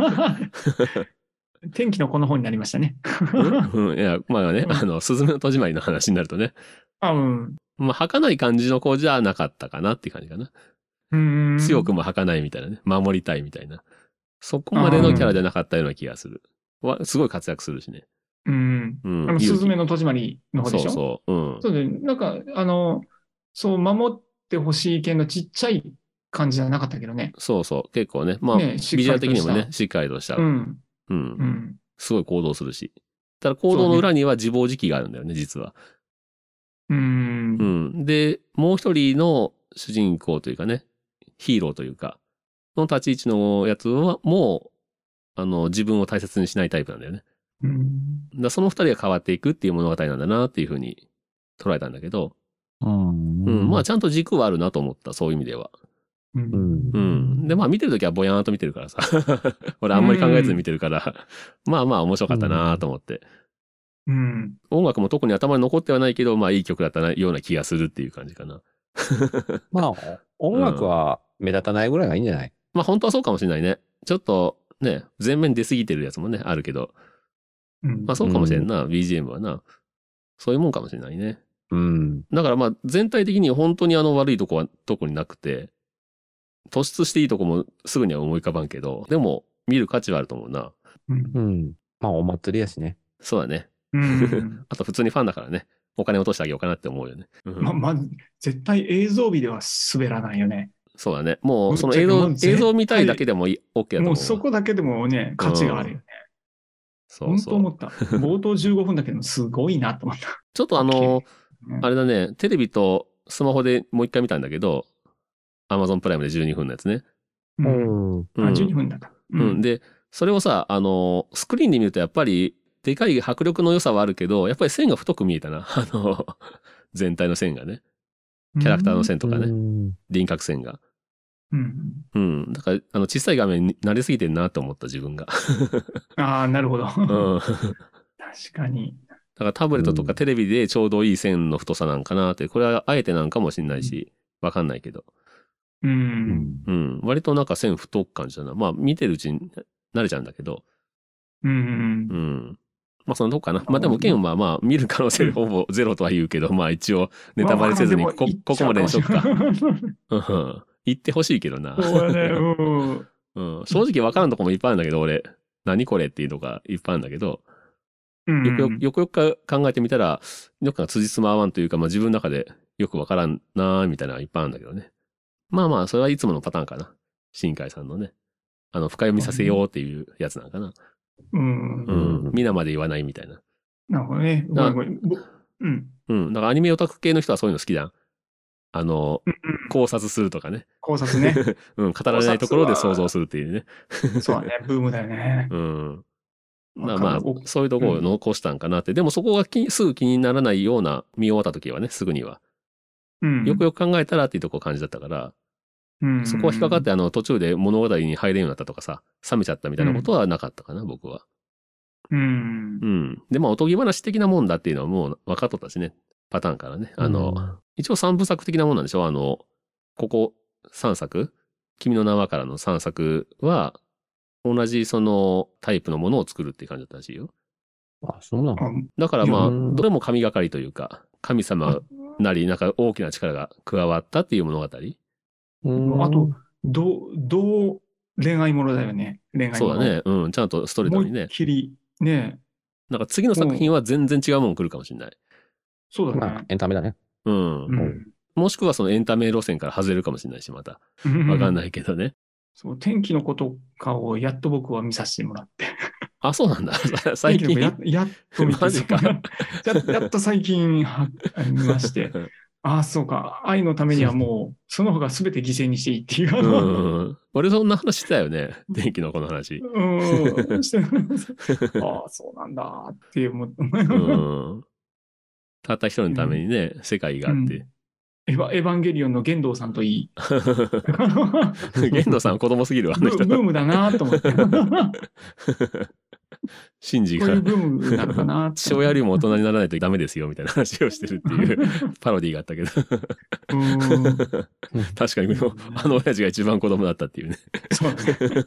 Speaker 3: 天気のこの本になりましたね。
Speaker 2: うん。いや、まあね
Speaker 3: う、ん
Speaker 2: あの、すずめの戸締まりの話になるとね。
Speaker 3: あ、うん。
Speaker 2: まあ、儚い感じの子じゃなかったかなって感じかな。
Speaker 3: うん。
Speaker 2: 強くも儚いみたいなね。守りたいみたいな。そこまでのキャラじゃなかったような気がする。わすごい活躍するしね。
Speaker 3: うん。
Speaker 2: う
Speaker 3: あ
Speaker 2: ん。
Speaker 3: の、
Speaker 2: 勇気
Speaker 3: すずめの戸締まりの方で
Speaker 2: そ
Speaker 3: しょ
Speaker 2: うそう。うん。
Speaker 3: そうだね。なんか、あの、そう、守ってほしい系のちっちゃい感じじゃなかったけどね。
Speaker 2: そうそう。結構ね。まあ、
Speaker 3: ねしっ
Speaker 2: ビジュア
Speaker 3: かりとした
Speaker 2: ル的にもね、しっかりとした。
Speaker 3: う
Speaker 2: うん。
Speaker 3: ん。うん。
Speaker 2: すごい行動するし。ただ行動の裏には自暴自棄があるんだよね、実は。
Speaker 3: う。
Speaker 2: うんん。で、もう一人の主人公というかね、ヒーローというか、の立ち位置のやつは、もう、あの、自分を大切にしないタイプなんだよね。
Speaker 3: うん。
Speaker 2: だからその二人が変わっていくっていう物語なんだなっていうふうに捉えたんだけど、
Speaker 5: うん
Speaker 2: うん、まあ、ちゃんと軸はあるなと思った、そういう意味では。
Speaker 3: う。
Speaker 5: うんん
Speaker 2: う。ん。で、まあ見てるときはぼやーんと見てるからさ。 俺あんまり考えずに見てるから、まあまあ面白かったなと思って。
Speaker 3: うん。
Speaker 2: 音楽も特に頭に残ってはないけど、まあいい曲だったなような気がするっていう感じかな。
Speaker 5: まあ、音楽は目立たないぐらいがいいんじゃない
Speaker 2: まあ本当はそうかもしれないね。ちょっとね、全面出過ぎてるやつもね、あるけど。
Speaker 3: うん
Speaker 2: まあそうかもしれんな、BGM はな。そういうもんかもしれないね。
Speaker 5: うん。
Speaker 2: だからまあ全体的に本当にあの悪いとこは特になくて、突出していいとこもすぐには思い浮かばんけど、でも見る価値はあると思うな。
Speaker 3: うん
Speaker 5: うん。まあ、お祭りやしね。
Speaker 2: そうだね。
Speaker 3: うん
Speaker 2: あと普通にファンだからね、お金落としてあげようかなって思うよね。うん
Speaker 3: ま、まず、絶対映像美では滑らないよね。
Speaker 2: そうだね。もうその
Speaker 3: ぶっ
Speaker 2: 映
Speaker 3: ちゃけも
Speaker 2: 像
Speaker 3: う、絶対
Speaker 2: 映像見たいだけでもいい OK だと思うわ。
Speaker 3: もうそこだけでもね、価値があるよね。
Speaker 2: そう
Speaker 3: 本
Speaker 2: そ
Speaker 3: 当
Speaker 2: う
Speaker 3: 思った。冒頭15分だけど、すごいなと思った。
Speaker 2: ちょっとあの、
Speaker 3: うん
Speaker 2: あれだね、テレビとスマホでもう一回見たんだけど、Amazon プライムで12分のやつね。
Speaker 3: うん
Speaker 5: ん。
Speaker 2: うん
Speaker 3: あ12分だった。う
Speaker 2: うん、で、それをさ、あの、スクリーンで見るとやっぱり、でかい迫力の良さはあるけど、やっぱり線が太く見えたな。 あの、全体の線がね。キャラクターの線とかね、
Speaker 5: ね。
Speaker 2: 輪郭線が。
Speaker 3: うん。
Speaker 2: うん。だから、あの、小さい画面に慣れすぎてんなと思った自分が。
Speaker 3: ああ、なるほど。
Speaker 2: うん。だ
Speaker 3: 確かに。
Speaker 2: からタブレットと
Speaker 5: う
Speaker 2: か
Speaker 5: ん
Speaker 2: テレビでちょうどいい線の太さなんかなって、これはあえてなんかもしんないし、わかんないけど。
Speaker 3: う。
Speaker 5: うんん。
Speaker 2: うん。割となんか線太く感じだな。まあ、見てるうちに慣れちゃうんだけど。
Speaker 3: うん。う
Speaker 2: うんん。まあ、そのとこかな。まあ、でも、ケンはまあ、見る可能性ほぼゼロとは言うけど、まあ、一応、ネタバレせずにこ、ここまでにしとくか。。うん言ってほしいけどな。
Speaker 3: そうだね。うん。
Speaker 2: うん。正直わからんとこもいっぱいあるんだけど、俺、何これっていうのがいっぱいあるんだけど、
Speaker 3: うん
Speaker 2: よくよくよくよく考えてみたら、よく辻褄合わんというか、まあ、自分の中でよくわからんなーみたいなのがいっぱいあるんだけどね。まあまあ、それはいつものパターンかな。新海さんのね。あの、深読みさせようっていうやつなんかな。
Speaker 3: うん
Speaker 2: う。ん。皆まで言わないみたいな。
Speaker 3: なるほどね。ごめんごめん。ぼうん。
Speaker 2: うん。だからアニメオタク系の人はそういうの好きじゃん。あの、
Speaker 3: うん
Speaker 2: 考察するとかね。
Speaker 3: 考察 ね。
Speaker 2: うん。語られないところで想像するっていうね。
Speaker 3: そうだね。ブームだよね。
Speaker 2: うん。まあ
Speaker 3: わかる
Speaker 2: まあ
Speaker 3: お、
Speaker 2: そういうところを残したんかなって。でもそこがきすぐ気にならないような見終わった時はね、すぐには。
Speaker 3: うん
Speaker 2: よくよく考えたらっていうとこ感じだったから、
Speaker 3: うん
Speaker 2: そこは引っかかって、あの、途中で物語に入れんようになったとかさ、冷めちゃったみたいなことはなかったかな、僕は。
Speaker 3: うん
Speaker 2: う。ん。で、まあ、おとぎ話的なもんだっていうのはもう分かっとったしね、パターンからね。あの、一応三部作的なもんなんでしょあの、ここ3作君の名はからの3作は、同じそのタイプのものを作るっていう感じだったらしいよ。
Speaker 5: あ、そうなの
Speaker 3: あ
Speaker 2: だからまあ、
Speaker 5: うん
Speaker 2: どれも神がかりというか、神様なり、なんか大きな力が加わったっていう物語。
Speaker 5: うん
Speaker 3: あと、どう、どう恋愛ものだよね。恋愛も
Speaker 2: そ
Speaker 3: の
Speaker 2: うだ。ね。うん、ちゃんとストレー
Speaker 3: 思
Speaker 2: トに
Speaker 3: いっ
Speaker 2: ね。
Speaker 3: きり、ね。
Speaker 2: なんか次の作品は全然違うもん来るかもしれない。
Speaker 3: そうだ
Speaker 5: まあ
Speaker 3: ね、。
Speaker 5: エンタメだね。
Speaker 2: うん。
Speaker 3: うん。
Speaker 2: もしくはそのエンタメ路線から外れるかもしれないし、また。わかんないけどね。
Speaker 3: そう、天気のことかをやっと僕は見させてもらって。
Speaker 2: あ、そうなんだ。 最近。
Speaker 3: 天気のことややっと見て
Speaker 2: マジか
Speaker 3: ややっと最近は見まして。ああ、そうか。愛のためにはもう、その他全て犠牲にしていいっていう。あ
Speaker 2: う
Speaker 3: の
Speaker 2: ん。俺そんな話してたよね。電気のこの話。
Speaker 3: う ん。してああ、そうなんだって思って。
Speaker 2: うん。たった一人のためにね、世界があって。
Speaker 3: エヴァエヴァンゲリオンの玄道さんといい。
Speaker 2: 玄度さんは子供すぎるわ、あ
Speaker 3: ブ
Speaker 2: の人
Speaker 3: ー。ブームだなと思って。こ
Speaker 2: シンジ
Speaker 3: ういう
Speaker 2: が
Speaker 3: ブームなのかなって
Speaker 2: 父親よりも大人にならないとダメですよ、みたいな話をしてるっていうパロディーがあったけど。
Speaker 3: うん
Speaker 2: 確かに、このあの親父が一番子供だったっていうね。
Speaker 3: そうだね。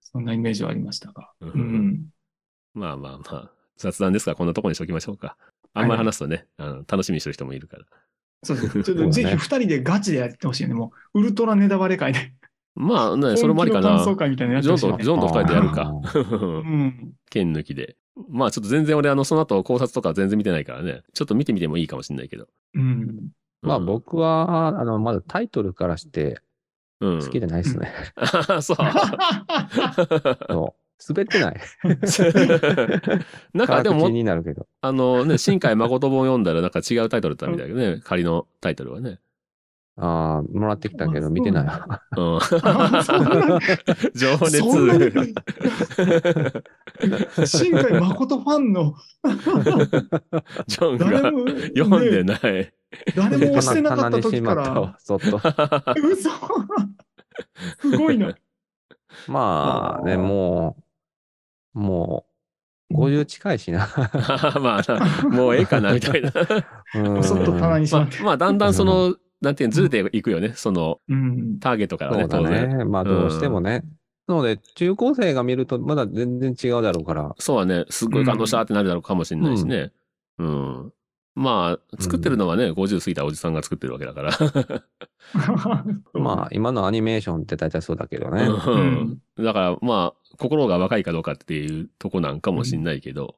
Speaker 3: そんなイメージはありましたが。
Speaker 2: う
Speaker 3: うんん。
Speaker 2: まあまあまあ、雑談ですから、こんなとこにしておきましょうか。あんまり話すとね、あの楽しみにしてる人もいるから。
Speaker 3: そうですね。ちょっとぜひ
Speaker 5: そうだね
Speaker 3: 二人でガチでやってほしいよね。もう、ウルトラネタバレ会で。
Speaker 2: まあね、それもありかな
Speaker 3: 本気の感。想会みたいなのやっ
Speaker 2: ジ
Speaker 3: て
Speaker 2: ョン
Speaker 3: ほしいよ
Speaker 2: と、
Speaker 3: ね
Speaker 2: ジョンと二人でやる
Speaker 5: あ
Speaker 2: か。
Speaker 3: うん。
Speaker 2: 剣抜きで。まあちょっと全然俺、あの、その後考察とか全然見てないからね、ちょっと見てみてもいいかもしれないけど。
Speaker 3: うん。
Speaker 5: まあ
Speaker 2: うん、
Speaker 5: 僕は、あの、まだタイトルからして
Speaker 2: うん、
Speaker 5: 好きじゃないですね。
Speaker 2: ああ、 そう。
Speaker 5: そう滑っ てない。
Speaker 2: なんかでも
Speaker 5: 辛口、になるけど。
Speaker 2: あのね、新海誠本読んだらなんか違うタイトルだったみたいだけどね、仮のタイトルはね。
Speaker 5: ああ、もらってきたけど見てないわ。
Speaker 2: うん。
Speaker 3: そんな
Speaker 2: 情
Speaker 3: そんなに
Speaker 2: 熱。
Speaker 3: 新海誠ファンの
Speaker 2: ジョン
Speaker 3: 誰
Speaker 2: が
Speaker 3: も、
Speaker 2: 読んで
Speaker 3: ね
Speaker 2: ない。
Speaker 3: 誰も押してなかった
Speaker 5: 棚にし
Speaker 3: 時
Speaker 5: ま
Speaker 3: か
Speaker 5: った
Speaker 3: ら。
Speaker 5: わ、そ っと。
Speaker 3: 嘘すごいな。
Speaker 5: まあね、もう、もう、50近い しな。
Speaker 2: まあ、もうええかな、みたいな。
Speaker 5: うん
Speaker 3: そっと棚にし
Speaker 2: ま
Speaker 3: ま
Speaker 2: あ
Speaker 3: って。、
Speaker 2: まあ、だんだんその、なんていうのずれていくよね。その、
Speaker 3: うん。
Speaker 2: ターゲットから
Speaker 5: そ
Speaker 2: ね、
Speaker 5: うだ
Speaker 2: 当然。
Speaker 5: ね。まあどうしてもね、ので、中高生が見るとまだ全然違うだろうから。
Speaker 2: そうはね、すっごい感動したってなるだろうかもしれないしね。うん。まあ、作ってるのはね、50過ぎたおじさんが作ってるわけだから。
Speaker 5: まあ、今のアニメーションって大体そうだけどね。
Speaker 2: うんだから、まあ、心が若いかどうかっていうとこなんかもしんないけど。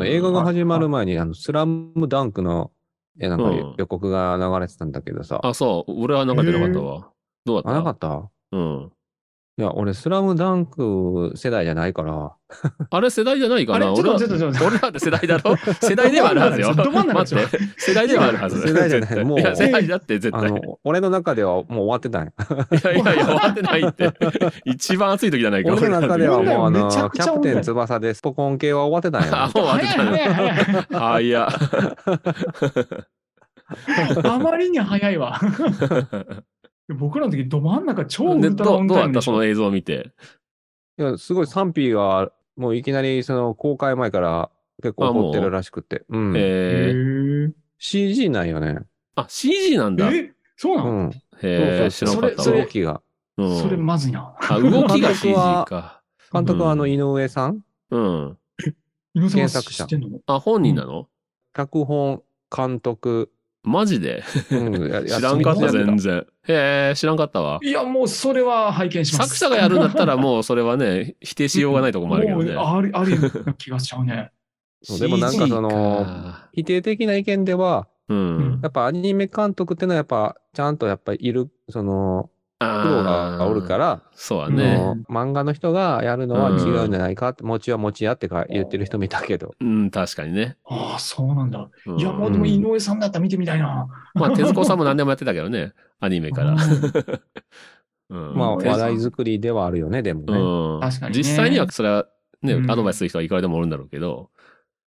Speaker 5: 映画が始まる前に、あの、スラムダンクの、え、なんか
Speaker 2: うん
Speaker 5: 予告が流れてたんだけどさ。
Speaker 2: あ、そう。俺はなんか出なかったわ。どうだ
Speaker 5: あ、
Speaker 2: った
Speaker 5: なかった
Speaker 2: うん。
Speaker 5: いや、俺、スラムダンク世代じゃないから。
Speaker 2: あれ世代じゃないかな
Speaker 3: あれちょ
Speaker 2: 俺
Speaker 3: っと
Speaker 2: は、
Speaker 3: ちょっとちょっと
Speaker 2: 俺らって世代だろ世代ではあるはずよ。
Speaker 3: ど真ん中で
Speaker 2: 待
Speaker 3: すよど真ん
Speaker 2: っ
Speaker 3: 中で
Speaker 2: て。世代ではあるはず。
Speaker 5: 世代じゃない
Speaker 2: 絶対
Speaker 5: もう
Speaker 2: いや、世代だって絶
Speaker 5: あ
Speaker 2: 対。い
Speaker 5: の、俺の中ではもう終わってたん や。
Speaker 2: やいやいや、終わってない って。一番熱い時じゃないか。
Speaker 5: 俺の中ではもう、あ
Speaker 3: めちゃ
Speaker 5: の、
Speaker 3: く
Speaker 5: キ
Speaker 3: ちゃ
Speaker 5: ャプテ
Speaker 3: 女
Speaker 5: ン翼でスポコン系は終わって たん
Speaker 2: あ
Speaker 5: や。、
Speaker 2: もう終わっ
Speaker 3: 早
Speaker 2: て
Speaker 3: い
Speaker 2: たの
Speaker 3: 早い早い。
Speaker 2: あ、いや。
Speaker 3: あまりに早い わ。僕らの時、ど真ん中超ウ
Speaker 2: で
Speaker 3: ルトラ
Speaker 2: ど
Speaker 3: オ
Speaker 2: う
Speaker 3: ン
Speaker 2: どう
Speaker 3: タ
Speaker 2: だ
Speaker 3: イ
Speaker 2: った
Speaker 3: ムでし
Speaker 2: そ
Speaker 3: ょ
Speaker 2: の映像を見て。
Speaker 5: いや、すごい賛否は、もういきなり、その、公開前から結構
Speaker 2: あもう
Speaker 5: 怒ってるらしくて。うん。
Speaker 2: えー、
Speaker 5: CG なんよね。
Speaker 2: あ、CG なん
Speaker 3: へ
Speaker 2: だ。
Speaker 3: ー
Speaker 2: へ
Speaker 3: え、そうな
Speaker 5: う
Speaker 3: の
Speaker 5: ん。
Speaker 2: え、知
Speaker 5: そ
Speaker 2: らなか
Speaker 5: うそう
Speaker 2: った
Speaker 5: そ
Speaker 2: わ
Speaker 5: う動。きが。
Speaker 2: うん
Speaker 3: それまずいな。
Speaker 2: あ、動きが CG
Speaker 5: 監
Speaker 2: か。
Speaker 5: 監督は、あの、井上さん
Speaker 2: うん。
Speaker 3: 犬さんは
Speaker 5: 原作者
Speaker 3: 知ってんの
Speaker 2: あ、本人なの
Speaker 5: 脚本、監督。
Speaker 2: マジで
Speaker 5: うんい やいや
Speaker 2: 知らんかっ
Speaker 5: そ
Speaker 2: た、
Speaker 5: うなんだ
Speaker 2: 全然。へえ、知らんかったわ。
Speaker 3: いや、もうそれは拝見します。
Speaker 2: 作者がやるんだったら、もうそれはね、否定しようがないとこもあるけどね。
Speaker 3: もうあり、ありな気がしちゃうね。
Speaker 5: そうでもなんかその
Speaker 2: CG か
Speaker 5: 否定的な意見では、
Speaker 2: うん。
Speaker 5: やっぱアニメ監督ってのはやっぱ、ちゃんとやっぱいる、その、
Speaker 2: あ
Speaker 5: プ
Speaker 2: ー
Speaker 5: ロがおるか。ら、
Speaker 2: そうだ
Speaker 5: あ
Speaker 2: ね。
Speaker 5: の漫画の人がやるのは違うんじゃないかって、持ちは持ちやってか言ってる人見たけど。
Speaker 2: うん、確かにね。
Speaker 3: ああ、そうなんだ。
Speaker 2: うん
Speaker 3: いや、もうでも井上さんだったら見てみたいな。
Speaker 2: まあ、手塚さんも何でもやってたけどね、 アニメから。うん
Speaker 5: まあ、
Speaker 3: うん
Speaker 5: 話題作りではあるよね、でもね。
Speaker 2: うん
Speaker 3: 確かにね
Speaker 2: 実際にはそれはね、
Speaker 3: うん
Speaker 2: アドバイスする人はいくらでもおるんだろうけど。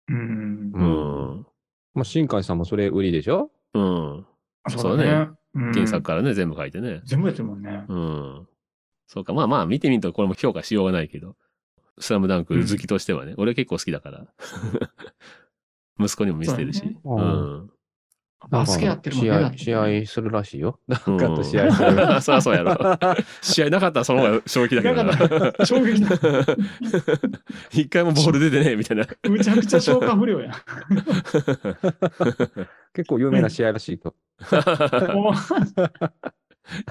Speaker 3: うん。
Speaker 5: う
Speaker 2: うんん。
Speaker 5: まあ、新海さんもそれ売りでしょ
Speaker 2: うん。
Speaker 3: そうだね。うん
Speaker 2: 原作からね、全部書いてね。
Speaker 3: 全部やってるもんね。
Speaker 2: うん。そうか。まあまあ、見てみるとこれも評価しようがないけど。スラムダンク好きとしてはね、俺結構好きだから。 息子にも見せてるし。
Speaker 5: そう
Speaker 2: う
Speaker 5: だね
Speaker 2: ん。
Speaker 3: バスケやってるもんね
Speaker 5: な
Speaker 3: だ
Speaker 5: ん
Speaker 3: っ
Speaker 5: か
Speaker 3: て。
Speaker 5: 試合、試合するらしい よ。
Speaker 2: うん
Speaker 5: ガッと試合する
Speaker 2: そりゃそうやろ。試合なかったらその方が衝撃だけど
Speaker 3: な
Speaker 2: な
Speaker 3: か。った。衝撃だ。
Speaker 2: 一回もボール出てねえみ たいな。
Speaker 3: むちゃくちゃ消化不良 や。
Speaker 5: 結構有名な試合らしいと。
Speaker 3: もう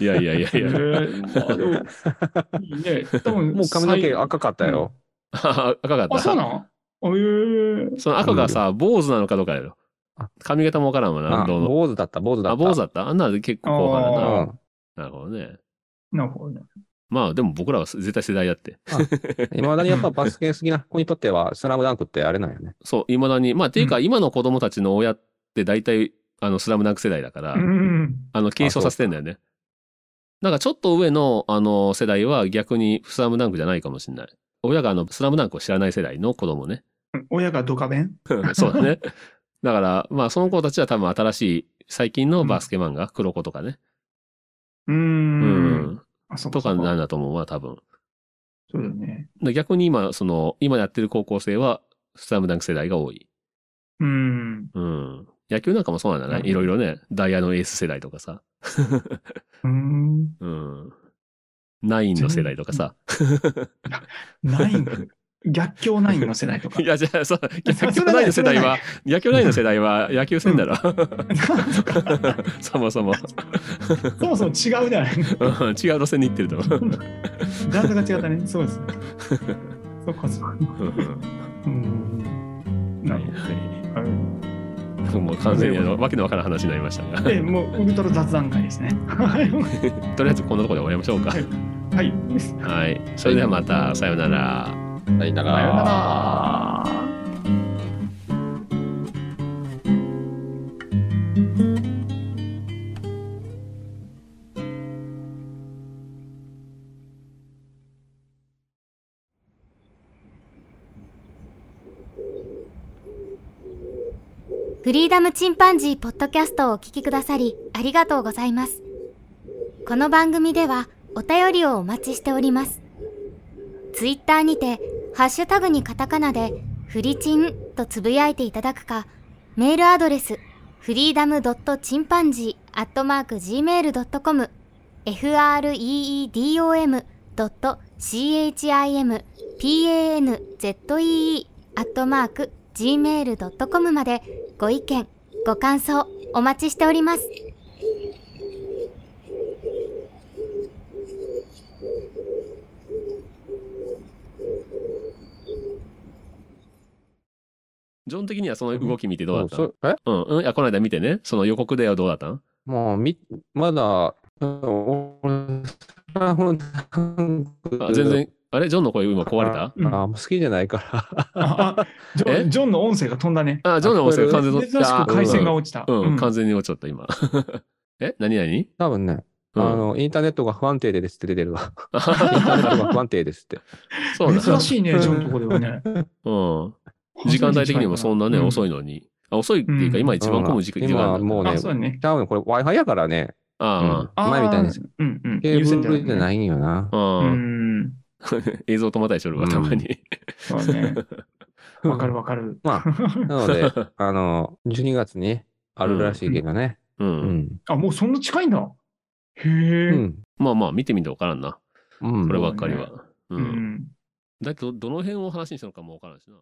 Speaker 2: いやいやいやい
Speaker 3: え
Speaker 2: や。
Speaker 3: ーまあでもいいね多分
Speaker 5: もう髪の毛赤かったよ。
Speaker 2: 赤かっ
Speaker 3: あ、そう
Speaker 2: た。
Speaker 3: なのあえー
Speaker 2: その赤がさ、坊主なのかどうかやろ
Speaker 5: あ。
Speaker 2: 髪型もわからんわな、
Speaker 5: あ
Speaker 2: どうの。
Speaker 5: 坊主だった、坊主だった。
Speaker 2: あ、坊主だったあんなで結構後半
Speaker 5: う
Speaker 2: だな。
Speaker 5: ん
Speaker 3: あ
Speaker 2: なるほどね。
Speaker 3: なるほどね。
Speaker 2: まあでも僕らは絶対世代だって。
Speaker 5: いまだにやっぱバスケ好きな子にとっては、スラムダンクってあれなんよね。
Speaker 2: そう、未だに。まあっていうか、
Speaker 3: う
Speaker 2: 今の子供たちの親って大体、あの、スラムダンク世代だから、
Speaker 3: うん。
Speaker 2: あの、継承させてんだよね。なんかちょっと上の、あの、世代は逆にスラムダンクじゃないかもしれない。親があの、スラムダンクを知らない世代の子供ね。
Speaker 3: 親がドカベン
Speaker 2: そうだね。だから、まあその子たちは多分新しい、最近のバスケ漫画、黒子とかね。
Speaker 3: うー。
Speaker 2: うんん。
Speaker 3: あそっ
Speaker 2: と
Speaker 3: そ
Speaker 2: か
Speaker 3: っ
Speaker 2: なんだと思うわ、多分。
Speaker 3: そうだよね。
Speaker 2: で逆に今、その、今やってる高校生は、スラムダンク世代が多い。
Speaker 3: うん。
Speaker 2: うん。野球なんかもそうなんだ
Speaker 3: う
Speaker 2: ね。
Speaker 3: ん
Speaker 2: いろいろね。ダイヤのエース世代とかさ。
Speaker 3: うーん。
Speaker 2: うん。ナインの世代とかさ。
Speaker 3: ナイン。逆境ナインの世代とか
Speaker 2: い。や、じゃあ、そう、野球ナインの世代は、野球ナインの世代は野球せんだろ。
Speaker 3: そっか
Speaker 2: そもそも。
Speaker 3: そもそも違うじゃ ない。
Speaker 2: うん違う路線に行ってると思う。
Speaker 3: 段差が違ったね。そうです。そっかそっか。
Speaker 2: うん
Speaker 3: うん。
Speaker 2: は
Speaker 3: ないい。
Speaker 2: は
Speaker 3: はい
Speaker 2: いもう完全にあの、わけのわからん話になりましたが。
Speaker 3: で、もうウルトラ雑談会ですね。はい。
Speaker 2: とりあえずこんなところで終わりましょうか。
Speaker 3: はい。
Speaker 2: はい。それではまた、さようなら。
Speaker 5: さよ
Speaker 3: さよ
Speaker 5: な
Speaker 3: うなら。
Speaker 1: フリーダムチンパンジーポッドキャストをお聞きくださりありがとうございます。この番組ではお便りをお待ちしております。ツイッターにてハッシュタグにカタカナでフリチンとつぶやいていただくか、メールアドレスフリーダムドットチンパンジーアットマーク gmail.com freedom chimpanzee アットマーク gmail.com までご意見、ご感想お待ちしております。
Speaker 2: ジョン的にはその動き見てどうだった
Speaker 5: そえ
Speaker 2: うん、うん、いや、この間見てね、その予告ではどうだったん
Speaker 5: もうみ、まだ、俺、スラムダンク
Speaker 2: あ全然、あれジョンの声今壊れた
Speaker 3: うん
Speaker 5: あ好きじゃないから。
Speaker 3: ああジョ
Speaker 2: え
Speaker 3: ンジョンの音声が飛んだね。
Speaker 2: あ、ジョンの音声が完全に
Speaker 3: 珍しく回線が
Speaker 2: 落ち
Speaker 3: 落ちた。
Speaker 2: た。うん、
Speaker 3: うん
Speaker 2: 完全に落ちちゃった、今。 え何々
Speaker 5: 多分ね、
Speaker 2: う
Speaker 5: あ
Speaker 2: ん。
Speaker 5: の、インターネットが不安定ですって出 てるわ。
Speaker 2: あ
Speaker 5: インターネット
Speaker 2: は
Speaker 5: が不安定ですって。
Speaker 2: はそうなんだ。
Speaker 3: 珍しいね、ジョンのとこではね。
Speaker 2: うん。時間帯的にもそんなね、遅
Speaker 3: い。
Speaker 2: いのに。あ、遅いっていうか、
Speaker 3: うん
Speaker 2: 今一番混む時間時間
Speaker 5: 今
Speaker 2: なんだ
Speaker 5: もうね
Speaker 3: あ、そうだね。
Speaker 5: 多分これ Wi-Fi やからね、
Speaker 2: ああ
Speaker 3: あー
Speaker 5: 前みたいに
Speaker 3: うんうん。
Speaker 5: ケーブルじゃ
Speaker 3: い。
Speaker 5: ないんよな。
Speaker 2: あ
Speaker 3: う
Speaker 2: あ、
Speaker 3: ん。
Speaker 2: 映像止まったりしょるわ、
Speaker 5: うん
Speaker 2: たまに。
Speaker 3: そうだね。わかるわかる。
Speaker 5: まあ、なの で、あの、12月にあるらしいけどね。
Speaker 2: う。
Speaker 5: うんん。
Speaker 3: あ、もうそんな近いんだ。へ
Speaker 5: う
Speaker 3: え。
Speaker 5: ん。
Speaker 2: まあまあ、見てみてわからんな。
Speaker 5: うん
Speaker 2: こればっかりは。う。
Speaker 3: うんん。
Speaker 2: だけど、どの辺を話にしたのかもわからんしな。